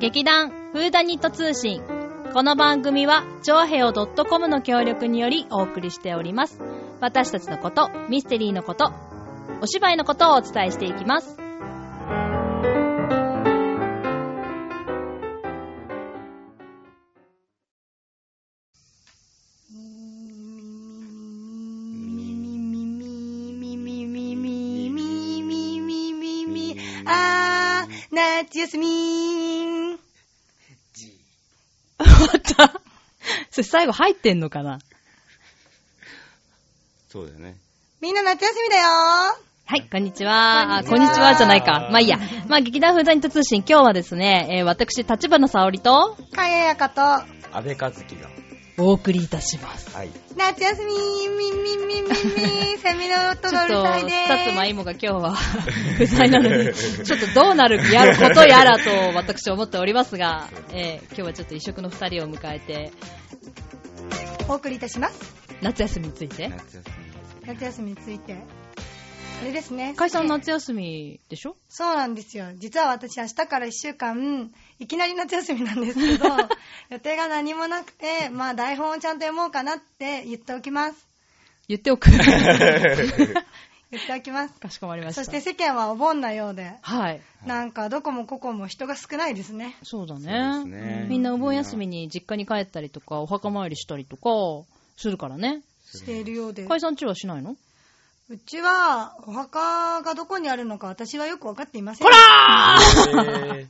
劇団フーダニット通信。この番組は、ちょうへいを .com の協力によりお送りしております。私たちのこと、ミステリーのこと、お芝居のことをお伝えしていきます。みみみみみみみみみみあー、夏休みー終わったそれ最後入ってんのかなそうだよね。みんな夏休みだよはい、こんにちは。あこんにちはじゃない か。まあいいや。まあ劇団フーダニット通信、今日はですね、えー私、立花沙織と、ーかややかと、安倍和樹が。お送りいたします。はい。夏休みーみみみみみ セミのち音ょがっうると、さい薩で摩ーいもが今日 は不在なので、ちょっとどうなるやることやらと私思っておりますが、えー今日はちょっと異色の二人を迎えて、す。お送りいたします。夏休みについて。夏休夏休みについて。あれですね。会社の夏休みでしょそうなんですよ。実は私明日から1週間、いきなり夏休みなん ですけど、予定が何もなくて、まあ台本をちゃんと読もうかなって言っておきます。言ってお く。言っておきます。かしこまりました。そして世間はお盆なようで、はい。なんかどこもここも人が少ないですね。そうだそね。うですねうんみんなお盆休みに実家に帰ったりとか、お墓参りしたりとか、するからね。しているようで。解散中はしないのうちは、お墓がどこにあるのか私はよくわかっていません。ほらーみ。なんで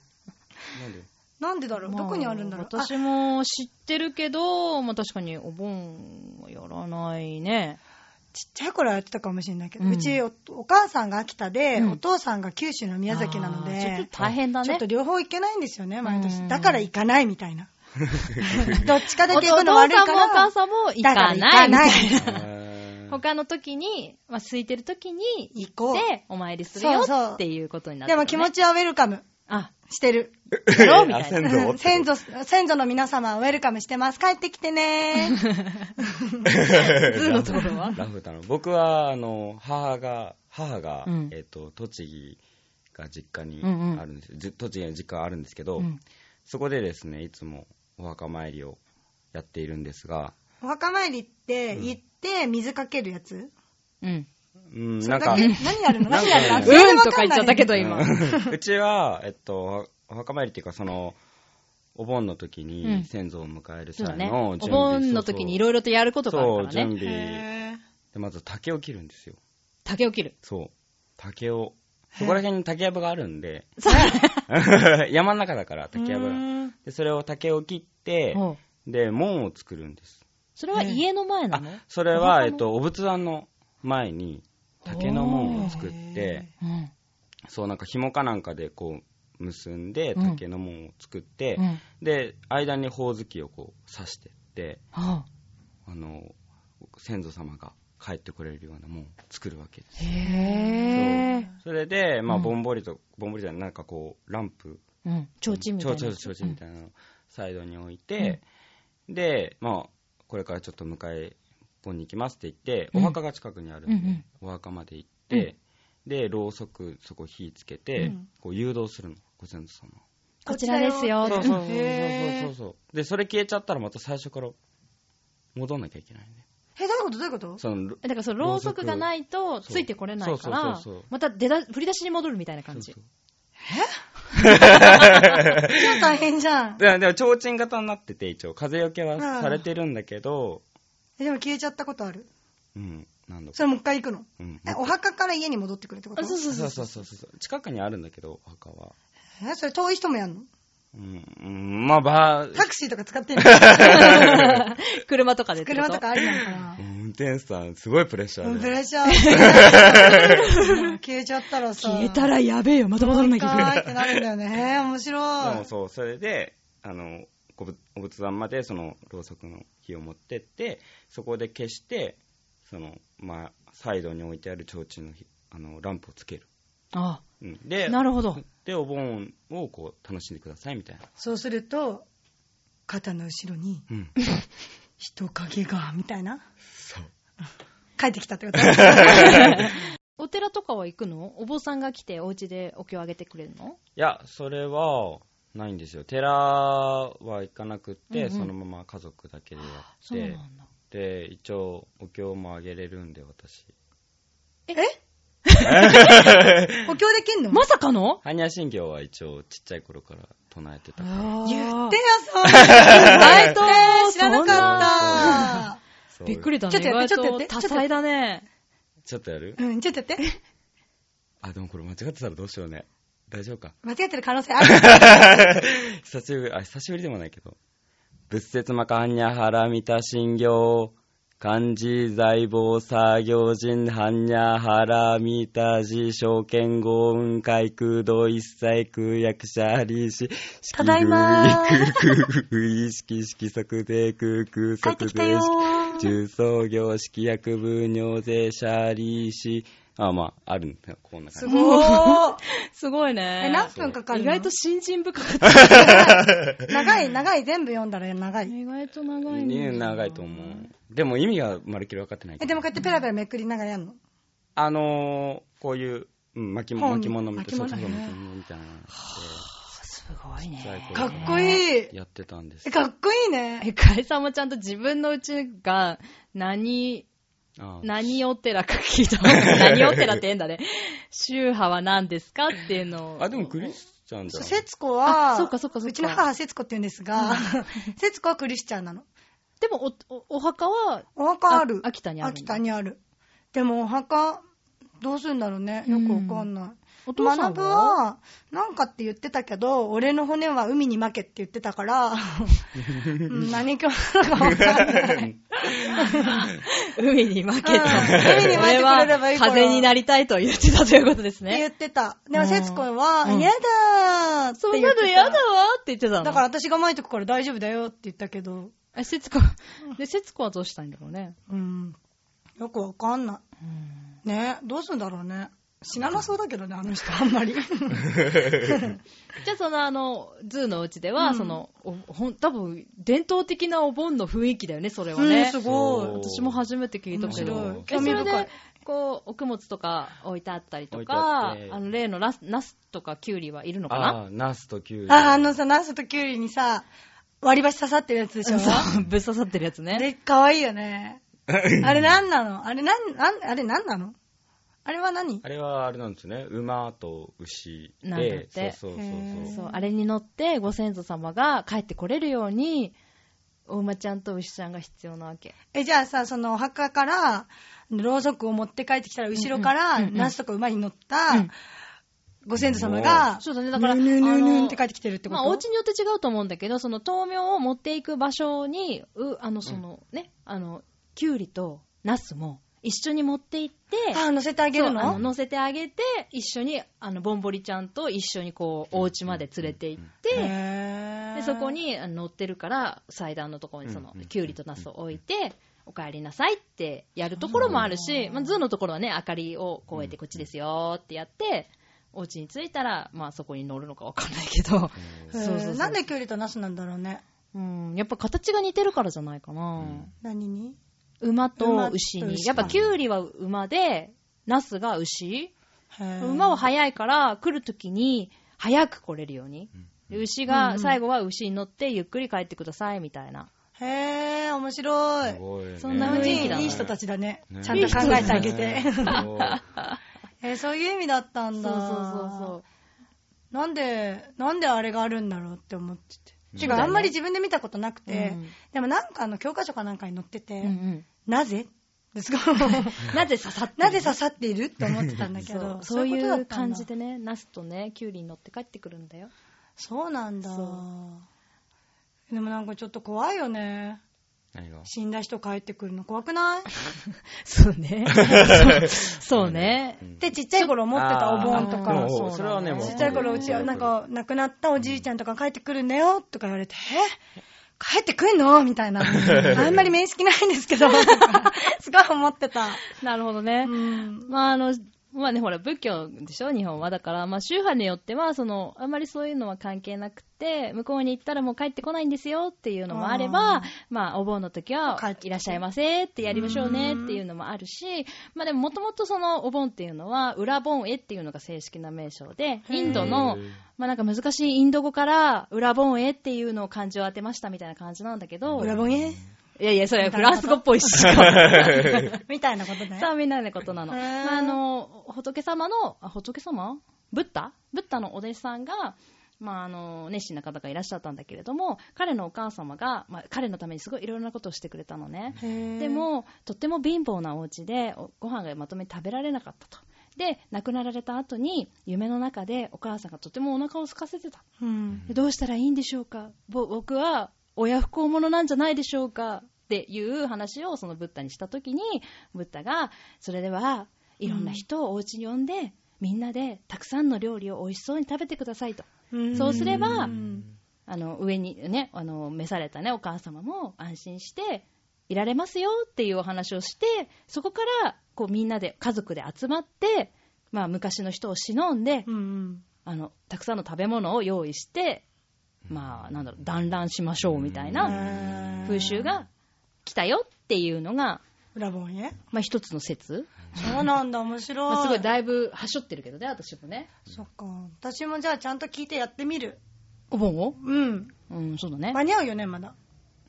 なんでだろう、まあどこにあるんだろう私も知ってるけど、まあ確かにお盆はやらないね。ちっちゃい頃はやってたかもしれないけど、ううんちおお母さんが秋田で、うんお父さんが九州の宮崎なのあーちょっでと、大変だちょっねと。両方行けないんですよね、毎うん年。だから行かないみたいな。どっちかだおけ行父くのさん悪いもおから。母さんも行だから行な。かないい。他の時に、まあ空いてる時に行行こうって、お参りするよそうそうっていうことになってでるね。も気持ちはウェルカムあ、してる。やろうみ たいな。先祖うん先祖、先祖の皆様ウェルカムしてます。帰ってき てねー。ズーのところはラフだな。僕は、あの、母が、母が、うんえっと、栃木が実家にうんうんあるんです、じ栃木の実家があるんですけど、うんそこでですね、いつもお墓参りをやっているんですが、お墓参りって、行って水かけるやつうん。うん、そなれんかだ、け何やるのなん何かやるのうんそれでうんわとかん言っないちゃったけど今。 うんうちは、えっと、おお墓参りっていうか、その、お盆の時うんに先祖を迎えるそうだ際ね。のお準備、盆の時にいろいろとやることがあるそう、からね。準備。へーで、まず竹を切るんですよ。竹を切る。そう。竹を。そこら辺に竹やぶがあるん で、 そうだ山の中だから竹やぶうーが。んで、それを竹を切っね。て、おうで、門を作るんです。それは家の前なあの、それは、えっと、お仏壇の前に竹の門を作って、うん。そう、なんか紐かなんかでこう、結んで、うん竹の門を作ってう、ん。で、間にほおずきをこう、刺してって、はああの、先祖様が帰ってこれるような門を作るわけです。へえ。それで、まあ、うんぼんぼりと、ぼんぼりじゃない、なんかこう、ランプ、うん。ちょうちんみたいな。ちょうちょうちょうちんみたいなのをサイドに置いて、で、まあ、これからちょっと迎え、盆に行きますって言って、うんお墓が近くにあるんで、うんうんお墓まで行って、で、ろうそく、そこ火つけて、うんこう誘導するの、ご先祖様を。こちらですよ。そうそうそうそうへーそうそう。で、それ消えちゃったらまた最初から戻んなきゃいけないね。え、どういうことどういうことその、だからそのろうそくがないとそうついてこれないかそうそうらそうそう、また出だ振り出しに戻るみたいな感じそう。超大変じゃん。ででも、提灯型になってて、一応、風よけはされてるんだけど、えでも消えちゃったことあるうん、なんだそれもう一回行くのうん。え、お墓から家に戻ってくるってことあそうそそううそそうそうそうう。そうそう。近くにあるんだけど、お墓は。え、それ遠い人もやんのうん、うん、まあ、ば、タクシーとか使って んの車車とかでってこととかありなのかな運転手さん、すごいプレッシャうんープレで。ッシャー。消えちゃったらさ。消えたらやべえよ、また戻らなきゃいけもうない。一回ってなるんだよね。へー面で白もい。そう、それで、あの、ごぶお仏壇まで、その、ろうそくの火を持ってって、そこで消して、その、まあ、サイドに置いてある提灯の火、あの、ランプをつける。あうん。で、なるほど。で、お盆をこう、楽しんでください、みたいな。そうすると、肩の後ろにうん。人影が、みたいな。 そう。帰ってきたってことお寺とかは行くのお坊さんが来てお家でお経あげてくれるのいや、それは、ないんですよ寺は行かなくって、うんうんそのまま家族だけでやっそうてなんだ。で一応お経もあげれるんで私え お経できんのまさかの般若心経は一応ちっちゃい頃から唱えてたから言言ってよ、そう。意外と知らなかっそうびっくりだね。ちょっとやって意外ちょっとやって多彩だね。ちょっとやるた。うん、ちょっとやって。あでもこれ間違ってたらどうしようね大丈夫か間違ってる可能性ある。久しぶりあ久しぶりでもないけど仏説魔般若波羅蜜多心経漢字財宝作業人般若波羅蜜多字証券合運海空道一切空役者利子ただいまー式空空意識色即定空空帰って即きた定よ式ー。重創業式薬部尿税者利子あまああるんだよこんなす感じごー。すごいね。え、何分かかる意の外と新人深かった。長い、長い、全部読んだら長い。意外と長いね長いと思うでも意味がまるっきり分かってないえ、でもこうやってペラペラめくりながらやんのあのー、こういう、うん、巻物本巻物みたいな、巻そうそう物ね巻物みたいなのがあすごいねね。かっこいいって。やってたんですえ、かっこいいね。え、かえさんもちゃんと自分のうちが何、ああ何お寺か聞いた方が 何お寺って言うんだね。宗派は何ですかっていうのを。あでもクリスチャンじゃん節子は、あそうかそうかそうかうちの母は節子って言うんですが、節子はクリスチャンなの。でもお、お、お墓は、お墓ある。あ秋田にあるんだ秋田にある。でもお墓、どうするんだろうね。よくわかんない。お父さ学んぶはは、なんかって言ってたけど、俺の骨は海に負けって言って たから、うん何教なのかわかんない。海に負けた。うん海に負けてくれればいいこかられは風になりたいと言ってたということです言ね。ってた。うでも、ん節子は、うんやだーってそん言っなてのた。嫌だわって言ってたの。だから、私が前とこから大丈夫だよって言ったけど、え、節子。で、節子はどうしたいんだろうね。うん。よくわかんなうんい。ねどうすんだろうね。死ななそうだけどね、あの人、あんまり。じゃあ、その、あの、ズーのうちでは、うんその、おほん、多分、伝統的なお盆の雰囲気だよね、それはうん、ね。すごそい。私も初めて聞いた面けど。白うんい。え興そ味れ深でい。こうお供物とか置いてあったりと置かいてあってあの例のラスナスとかキュウリはいるのかなああナスとキュウリあ、あのさ、ナスとキュウリにさ、割り箸刺さってるやつでしょ。そうぶっ刺さってるやつねで、可愛いよね。あれなんなのあれなん、なんあれなんなのあれは何あれはあれなんですよね馬と牛でなんだってそうそうそうへそうそうあれに乗ってご先祖様が帰ってこれるようにお馬ちゃんと牛ちゃんが必要なわけえ、じゃあさ、そのお墓から、ろうそくを持って帰ってきたら、後ろかうんうら、んうんうんナスとか馬に乗っうたん、ご先祖様が、そうだねだからヌーヌーヌーヌーあのって帰ってきてるってことまあお家によって違うと思うんだけどその豆苗を持っていく場所にうあのその、ねあのキュウリとナスも一緒に持って行ってあ、乗せてあげるそうあのの乗せてあげて一緒にあのボンボリちゃんと一緒にこうお家まで連れて行って、へでーそこ、にあの乗ってるから祭壇のところにそのうんうんきゅうりとナスを置いてお帰りなさいってやるところもあるし、まあ、ズーのところはね明かりをこうやってこっちですよってやってお家に着いたら、まあ、そこに乗るのかわかんないけど、へそーうそうそうなんでキュウリとナスなんだろうね。うん、やっぱ形が似てるからじゃないかな、ん何に馬と牛馬とに牛やっぱきゅうりは馬でナスが牛へー馬は早いから来るときに早く来れるようにうんで牛うんうがん最後は牛に乗ってゆっくり帰ってくださいみたいなへー、面白いす。ごいねそん日な本雰囲気だ人ねいい人たちだね。ねちゃんと考えてあげて。すごい えーそういう意味だったそんうだ。そうそうそうなんで、なんであれがあるんだろうって思ってて。てそうだよねか、あんまり自分で見たことなくて、うんでもなんかあの教科書かなんかに載ってて、うんうんなぜで すごいなぜ刺さってるなぜ刺さっているって思ってたんだけそうど、そういことだうったん感だじ。でねナスとねキュウリに乗って帰ってくるんだよそうなんだ。でもなんかちょっと怖いよね。何が死んだ人帰ってくるの怖くないそうね そうねうんってちっちゃい頃思ってたお盆とあーでか。もそれはねそうだねちっちゃい頃うちはなんか亡くなったおじいちゃんとか帰ってくるんだよとか言われて、え帰ってくんの みたいな。あんまり面識ないんですけど、とかすごい思ってた。なるほどね、うんまああのまあね、ほら、仏教でしょ、日本は。だから、まあ、宗派によっては、その、あんまりそういうのは関係なくて、向こうに行ったらもう帰ってこないんですよっていうのもあれば、あーまあ、お盆の時は帰ってき、ていらっしゃいませってやりましょうねっていうのもあるし、まあでも、もともとそのお盆っていうのは、裏盆絵っていうのが正式な名称で、インドのへー、まあなんか難しいインド語から、裏盆絵っていうのを漢字を当てましたみたいな感じなんだけど、裏 ボゲいやいや、それフランス語っぽいし。 みたいなことね。さあみんなのことなの。へーまあ、あの仏様のあ仏様ブッダブッダのお弟子さんが、まあ、あの熱心な方がいらっしゃったんだけれども彼のお母様が、まあ、彼のためにすごいいろんなことをしてくれたのね。へーで、もとっても貧乏なお家でおご飯がまとめて食べられなかったと。で亡くなられた後に夢の中でお母さんがとてもお腹を空かせてたうん。どうしたらいいんでしょうかぼ僕は親不孝者なんじゃないでしょうかっていう話をそのブッダにした時にブッダがそれではいろんな人をお家に呼んで、みんなでたくさんの料理を美味しそうに食べてくださいとうんそうすればうんあの上にねあの召されたねお母様も安心していられますよっていうお話をしてそこからこうみんなで家族で集まって、まあ、昔の人を忍んでうんうん。あの、たくさんの食べ物を用意して、まあ、なんだろう、団らんしましょうみたいな風習が来たよっていうのが、裏ボゲまあ一つの説。そうなんだ、面白い。まあ、すごいだいぶ端折ってるけどね、私もね。そっか。私もじゃあちゃんと聞いてやってみる。お盆をうん。うん、そうだね。間に合うよね、まだ。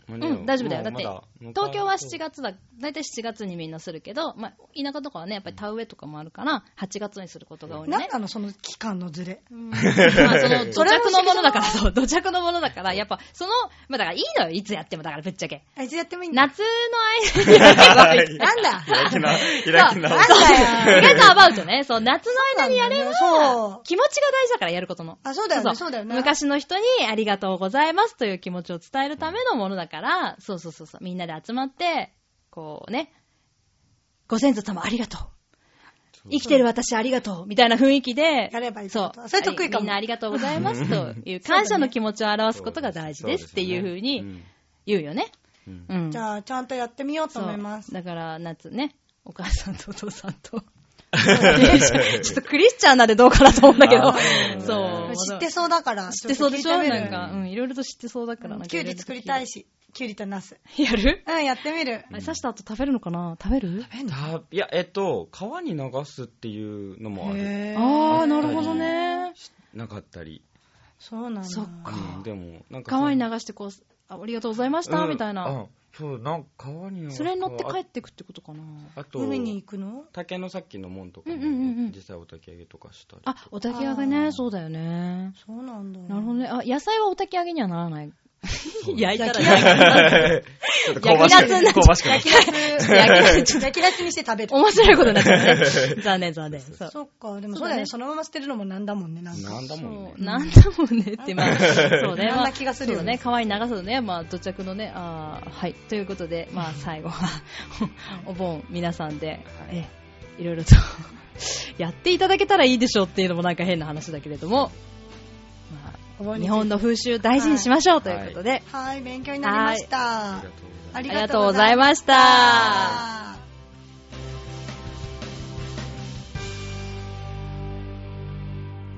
ううん、大丈夫だよ。だって、東京は7月。月だ、だいたい7月にみんなするけど、まあ、田舎とかはね、やっぱり田植えとかもあるから、8月にすることが多い何ね。なの、その期間のズレ。まあ、その、土着のものだから、そう、土着のものだから、やっぱ、その、まあ、だからいいのよ、いつやっても、だからぶっちゃけ。あいつやってもいいんだ。夏の間になんだ開きな、開そうきなんだな。よ。意外とアバウトね。そう、夏の間にやれば、そう。気持ちが大事だからやることの。あ、そうだよね、そうだよね。昔の人にありがとうございますという気持ちを伝えるためのものだから、そうそうそうそう、みんなで集まって、こうね、ご先祖様ありがとう。生きてる私ありがとう。みたいな雰囲気で、やればいいってそことう。それ得意かもみんなありがとうございますという感謝の気持ちを表すことが大事ですっていうふうに言うよね。うん。うんうん。じゃあ、ちゃんとやってみようと思いますそう。だから、夏ね、お母さんとお父さん と。ちょっとクリスチャーなんでどうかなと思うんだけどあー。そう。知ってそうだから。知ってそうでしょちっと聞いてなみんるか、うん、いろいろと知ってそうだからなんか。きゅうり作りたいし。し、きゅうりとナス。やるうん、やってみる。あれ刺した後食べるのかな食べるたいや、えっと、川に流すっていうのもある。へーあー、なるほどね。なかったり。そうなんだ。そっかうんでも、なんか。川に流してこう、あありがとうございました、みたいうんな。。あそう、なんか川に流すそれに乗って帰あってくってことかな。あと、海に行くの竹のさっきの門とかもうんうんうんうん実際お焚き上げとかしたり。あ、お焚き上げあね、ーそうだよね。そうなんだ。なるほどね。あ、野菜はお焚き上げにはならない。そう焼いたら焼きちょっと香ばし焼き夏になっく、ちゃう香ばしくなっ焼ちき出 す、焼き出す、焼き出しにして食べる。面白いことになっちゃうね。残念残念。そう。そっか、でもそうだよね。そそのまま捨てるのもなんだもんね、なんゃうか。なんだもんねそう。なんだもんねって、まあ、そうね。なんだまあ気がするよそうね。川に流すのね、まあ、土着のね、あーはい。ということで、まあ、最後は、 お盆、皆さんで、え、いろいろと、 やっていただけたらいいでしょうっていうのもなんか変な話だけれども、まおあ、盆に日本の風習大事にしましょうということで、はい、勉強になりましたあり。がとうございますありありがとがとううごござざいましいました。た。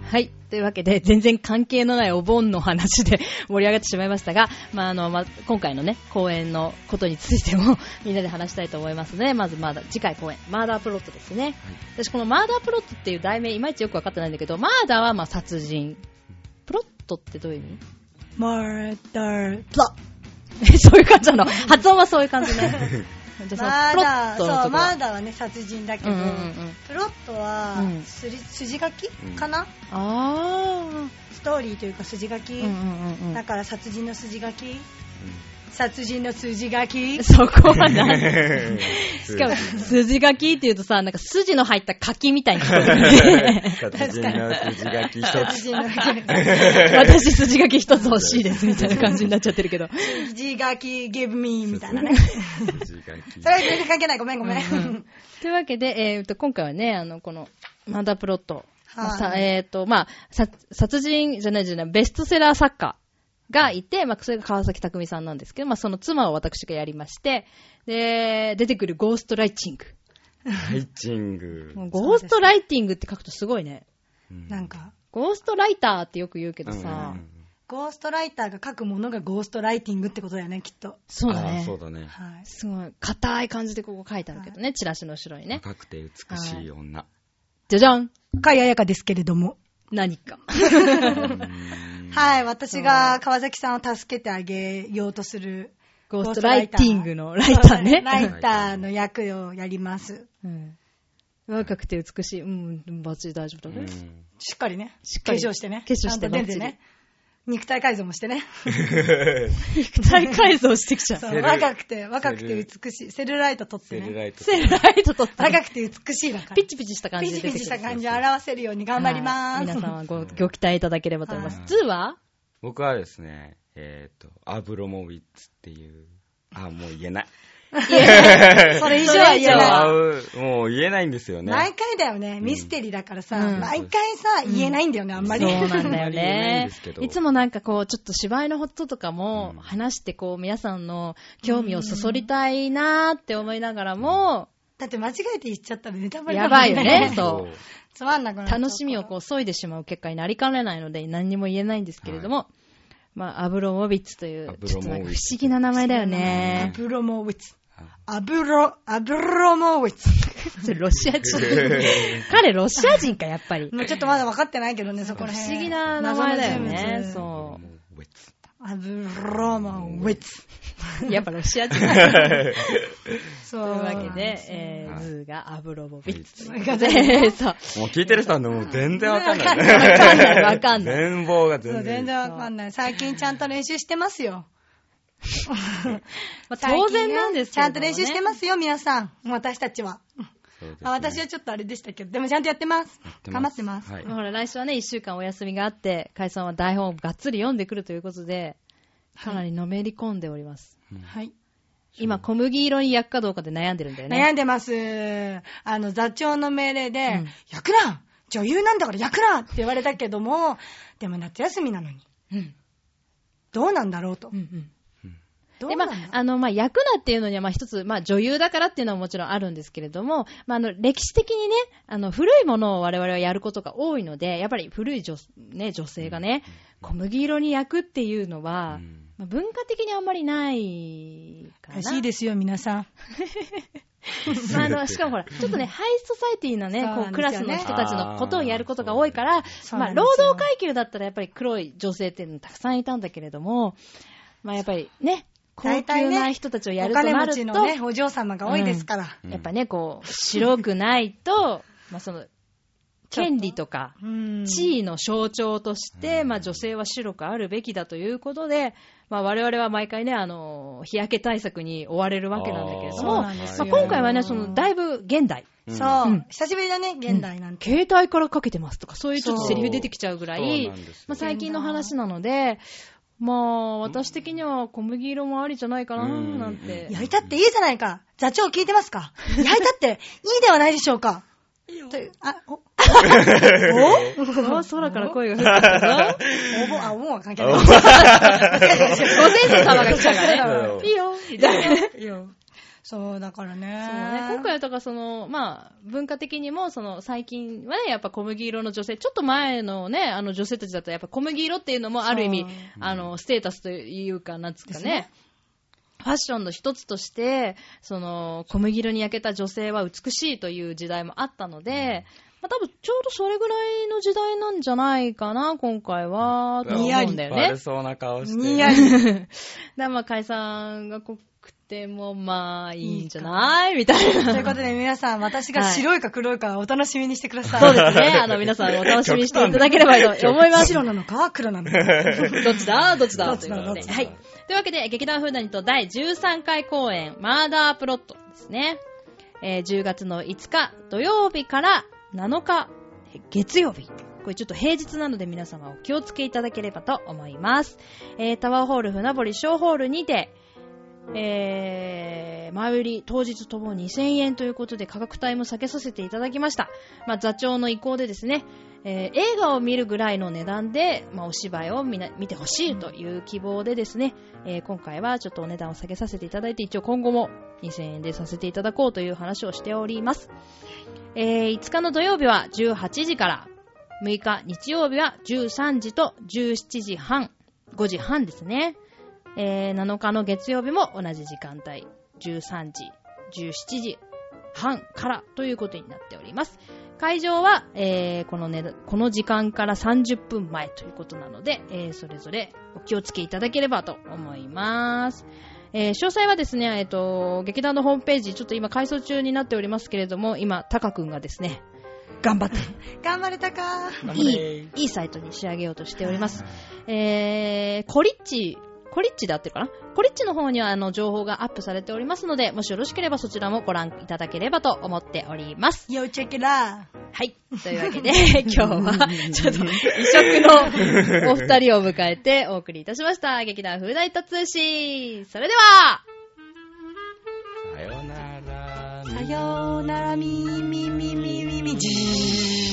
はい。というわけで、全然関係のないお盆の話で 盛り上がってしまいましたが、まあ、あの、まあ、今回のね、公演のことについても みんなで話したいと思いますので、まず、まだ、次回公演、マーダープロットですね。私、このマーダープロットっていう題名、いまいちよくわかってないんだけど、マーダーは、まあ、殺人。プロットってどういう意味 マーダープロえそういう感じなの発音はそういう感じ ね。じマーダー、そのプロットそう、のところマーダーはね、殺人だけどうんうんうん、プロットはうん、すり筋書きうんかなあストーリーというか筋書きー。うんうんうんうだん。から殺人の筋書き殺人の筋書きそこはない。ししかも、筋書きって言うとさ、なんか筋の入った柿みたい に聞こえる殺人の筋書き殺一人の私筋書き一つ欲しいですみたいな感じになっちゃってるけど。筋書き give me みたいなねつ。筋書きそれは全然関係ないごめんごめん、というわけで、えーと、今回はね、あの、この、マダプロット。はいまあさえっ、と、まあ、さ殺人じゃないじゃない、ベストセラー作家がいて、まあ、それが川崎匠さんなんですけど、まあ、その妻を私がやりまして、で、出てくるゴーストライティング。ライチング。もうゴーストライティングって書くとすごいね。 なんか、ゴーストライターってよく言うけけどさ、ゴーストライターが書くものがゴーストライティングってことだよね、きっと。そうだあーねそ。うだね。はい。すごい、硬い感じでここ書いてあるけどね、チラシの後ろに ね。若くて美しい女。じゃじゃんかややかですけれども。何か。はい、私が川崎さんを助けてあげようとする。ゴーストライティングのライターね。ライターの役をやります。 うん若くて美しい。うん、バッチリ大丈夫だね。しっかりね。しっかり化粧してね。化粧してちゃんと出てね。肉体改造もしてね。肉 体改造してきちゃう。そセうル若くて、若くて美しい。セルライト取ってセね。ルライト。セルライトとった若くて美しいだか ら。ピチピチした感ピじでチ出ピてチくしるた。感じを表せるように頑張りまはいす。皆さんはごご期待いただければと思いますは。い2は僕はですね、えっと、アブロモビッツっていう、あ、もう言えない。 それ以上は言えそれ以上ないは。あもう言えないんですよね。毎回だよね。ミステリーだからさ、うん毎回さ、言えないんだよね、あんまり。そうなんだよあんまり言えないんねですけ。どいつもなんかこう、ちょっと芝居のこととかもうん話してこう、皆さんの興味をそそりたいなーって思いながらも、だって間違えて言っちゃったらネタバレやだもんばいよね、そそうう。 つまんなくなっちゃうから楽しみをこう、削いでしまう結果になりかねないので、何にも言えないんですけれども、まあ、アブロモビッツというア、ブちょロモビっとッツなんか不思議な名前だよアね。ブロモウィッツはい。アブロ、アブロモウィッツ。それ ロシ ア人。彼、ロシア人か、やっぱり。もうちょっとまだ分かってないけどね、そ不こら辺。思議な名前だよ謎のね。人物そもうウェッツアブロモウィッツ。う。やっぱロシア人。 とそう。いうわけで、ええー、ズーがアブロモビッツ。ー、で、そう。もう聞いてる人はねもう全然わかんないね。わかんない、わかんない。全貌そうが全全然。然わかんない。最近ちゃんと練習してますよ。まあ当然なんですけちゃれんどもとね練習してますよ、皆さん。私たちは。そうですねあ私はちょっとあれでしたけど、でもちゃんとやってます。てます頑張ってます。はいまあほら、来週はね、一週間お休みがあって、海さんは台本をがっつり読んでくるということで、かなりのめり込んでおります。はい。今、小麦色に焼くかどうかで悩んでるんだよね。悩んでます。あの、座長の命令で、うん焼くな女優なんだから焼くなって言われたけども、でも夏休みなのに、うん。どうなんだろうとう。んうどん。うで、まなんあだろう、あの、まあ、役なっていうのには、まあ、一つ、まあ、女優だからっていうのはもちろんあるんですけれども、まあ、あの、歴史的にね、あの、古いものを我々はやることが多いので、やっぱり古い女、ね、女性がね、小麦色に焼くっていうのは、うんまあ文化的にあんまりないかな。らしいですよ、皆さん。 まあ、あの、しかもほら、ちょっとね、ハイソサイティなね、そうこなう、んクですよラねスの人たちのことをやることが多いから、そうまなあ、んですよ労働階級だったらやっぱり黒い女性っていうのたくさんいたんだけれども、まあ、やっぱりね、高大体級ねな人たちをやおると金な持ると、ちのね、お嬢様が多いですから。うんやっぱね、こう、白くないと、まあ、その、権利とか、うん地位の象徴として、まあ、女性は白くあるべきだということで、まあ、我々は毎回ね、あの、日焼け対策に追われるわけなんだけれども、そうまなんですあ、よ今回はね、その、だいぶ現代。うんそう、うん久しぶりだね、現代なんて。携帯からかけてますとか、そういうちょっとそうセリフ出てきちゃうぐらそういなんですよ、まあ、最近の話なので、まあ、私的には小麦色もありじゃないかな、うんなんて。焼いたっていいじゃないか。座長聞いてますか焼いたっていいではないでしょうか。というあ、お、 おお空から声が降ってきたぞ。盆、あ、お盆は関係ない。 違う違う違う ご先祖様が来た からそうね。いいよ。みたい なそうね。そう、だからね。今回はだからその、まあ、文化的にも、その、最近はね、やっぱ小麦色の女性、ちょっと前のね、あの女性たちだと、やっぱ小麦色っていうのもある意味そう、あの、ステータスというか、なんつうかですねね。ファッションの一つとして、その、小麦色に焼けた女性は美しいという時代もあったので、まあ多分ちょうどそれぐらいの時代なんじゃないかな、今回は、と思うんだよね悪。そうな顔して。にやり。 だからまあ解散が濃くてもまあいいんじゃないみたいとな。いうことで皆さん、私が白いか黒いかお楽しみにしてください。そうですね。あの皆さんお楽しみにしていただければと思います。白なのか黒なの か。どっちだどっちだどっとちいうだことで。どっちだはい。というわけで、劇団フーダニット第13回公演、マーダープロットですね。えー10月の5日土曜日から7日月曜日。これちょっと平日なので皆様お気をつけいただければと思います。えータワーホール船堀小ホールにて、えー、前売り当日とも2000円ということで価格帯も下げさせていただきました。まあ、座長の意向でですね、えー映画を見るぐらいの値段で、まあ、お芝居を見な見てほしいという希望でですね、えー今回はちょっとお値段を下げさせていただいて、一応今後も2000円でさせていただこうという話をしております。えー5日の土曜日は18時から、6日日曜日は13時と17時半、5時半ですね。えー7日の月曜日も同じ時間帯、13時、17時半からということになっております。会場は、えーこのね、この時間から30分前ということなので、えーそれぞれお気をつけいただければと思います。えー詳細はですね、えっ、と、劇団のホームページ、ちょっと今改装中になっておりますけれども、今、タカ君がですね、頑張って、 頑張れた か頑張いれい、いいサイトに仕上げようとしております。えー、コリッチ、コリッチで合ってるかなコリッチの方にはあの情報がアップされておりますので、もしよろしければそちらもご覧いただければと思っております。 Yo, check it out! はい。というわけで、今日は、ちょっと、異色のお二人を迎えてお送りいたしました。劇団風大突進。それでは、さよなら。さようならみみみみみみじー